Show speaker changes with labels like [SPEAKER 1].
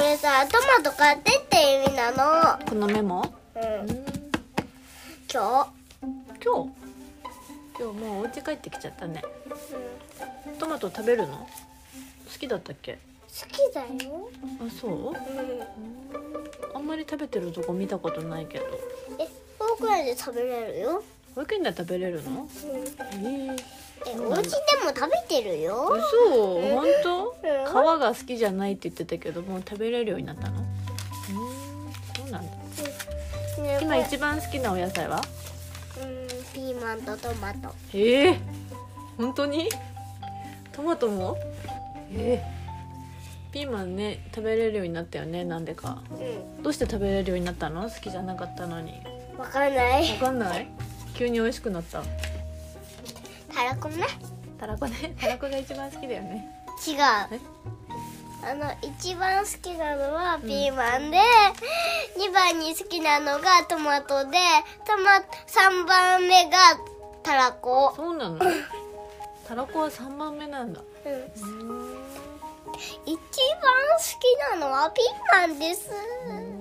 [SPEAKER 1] れさトマト買ってって意味なの
[SPEAKER 2] このメモ
[SPEAKER 1] うん
[SPEAKER 2] うん
[SPEAKER 1] 今
[SPEAKER 2] 今日今日もうお家帰ってきちゃったね
[SPEAKER 1] 日、うん、
[SPEAKER 2] トマト食べるの好きだったっけ
[SPEAKER 1] 好きだよ、
[SPEAKER 2] あそう
[SPEAKER 1] うん、
[SPEAKER 2] あんまり食べてるとこ見たことないけど
[SPEAKER 1] えフォークらいで食べれるよ、
[SPEAKER 2] 保育園では食べれる
[SPEAKER 1] う
[SPEAKER 2] の
[SPEAKER 1] ん、
[SPEAKER 2] えー、
[SPEAKER 1] えお家でも食べてるよ
[SPEAKER 2] 嘘本当
[SPEAKER 1] うん
[SPEAKER 2] 皮が好きじゃないって言ってたけどもう食べれるようになったのうんそうなんだ
[SPEAKER 1] ね
[SPEAKER 2] 今一番好きなお野菜は
[SPEAKER 1] うんピーマンとトマト
[SPEAKER 2] ええー、本当にトマトもええピーマンね食べれるようになったよねなんでか
[SPEAKER 1] う
[SPEAKER 2] どうして食べれるようになったの好きじゃなかったのに
[SPEAKER 1] んわかんない
[SPEAKER 2] わかんない急に美味しくなった
[SPEAKER 1] たらこね
[SPEAKER 2] たらこねたらこが一番好きだよね
[SPEAKER 1] 違う
[SPEAKER 2] え
[SPEAKER 1] あの一番好きなのはピーマンで、二番に好きなのがトマトでトマ3番目がたらこ、
[SPEAKER 2] そう なのたらこは3番目なんだ
[SPEAKER 1] うん、
[SPEAKER 2] うーん
[SPEAKER 1] 一番好きなのはピーマンです、
[SPEAKER 2] う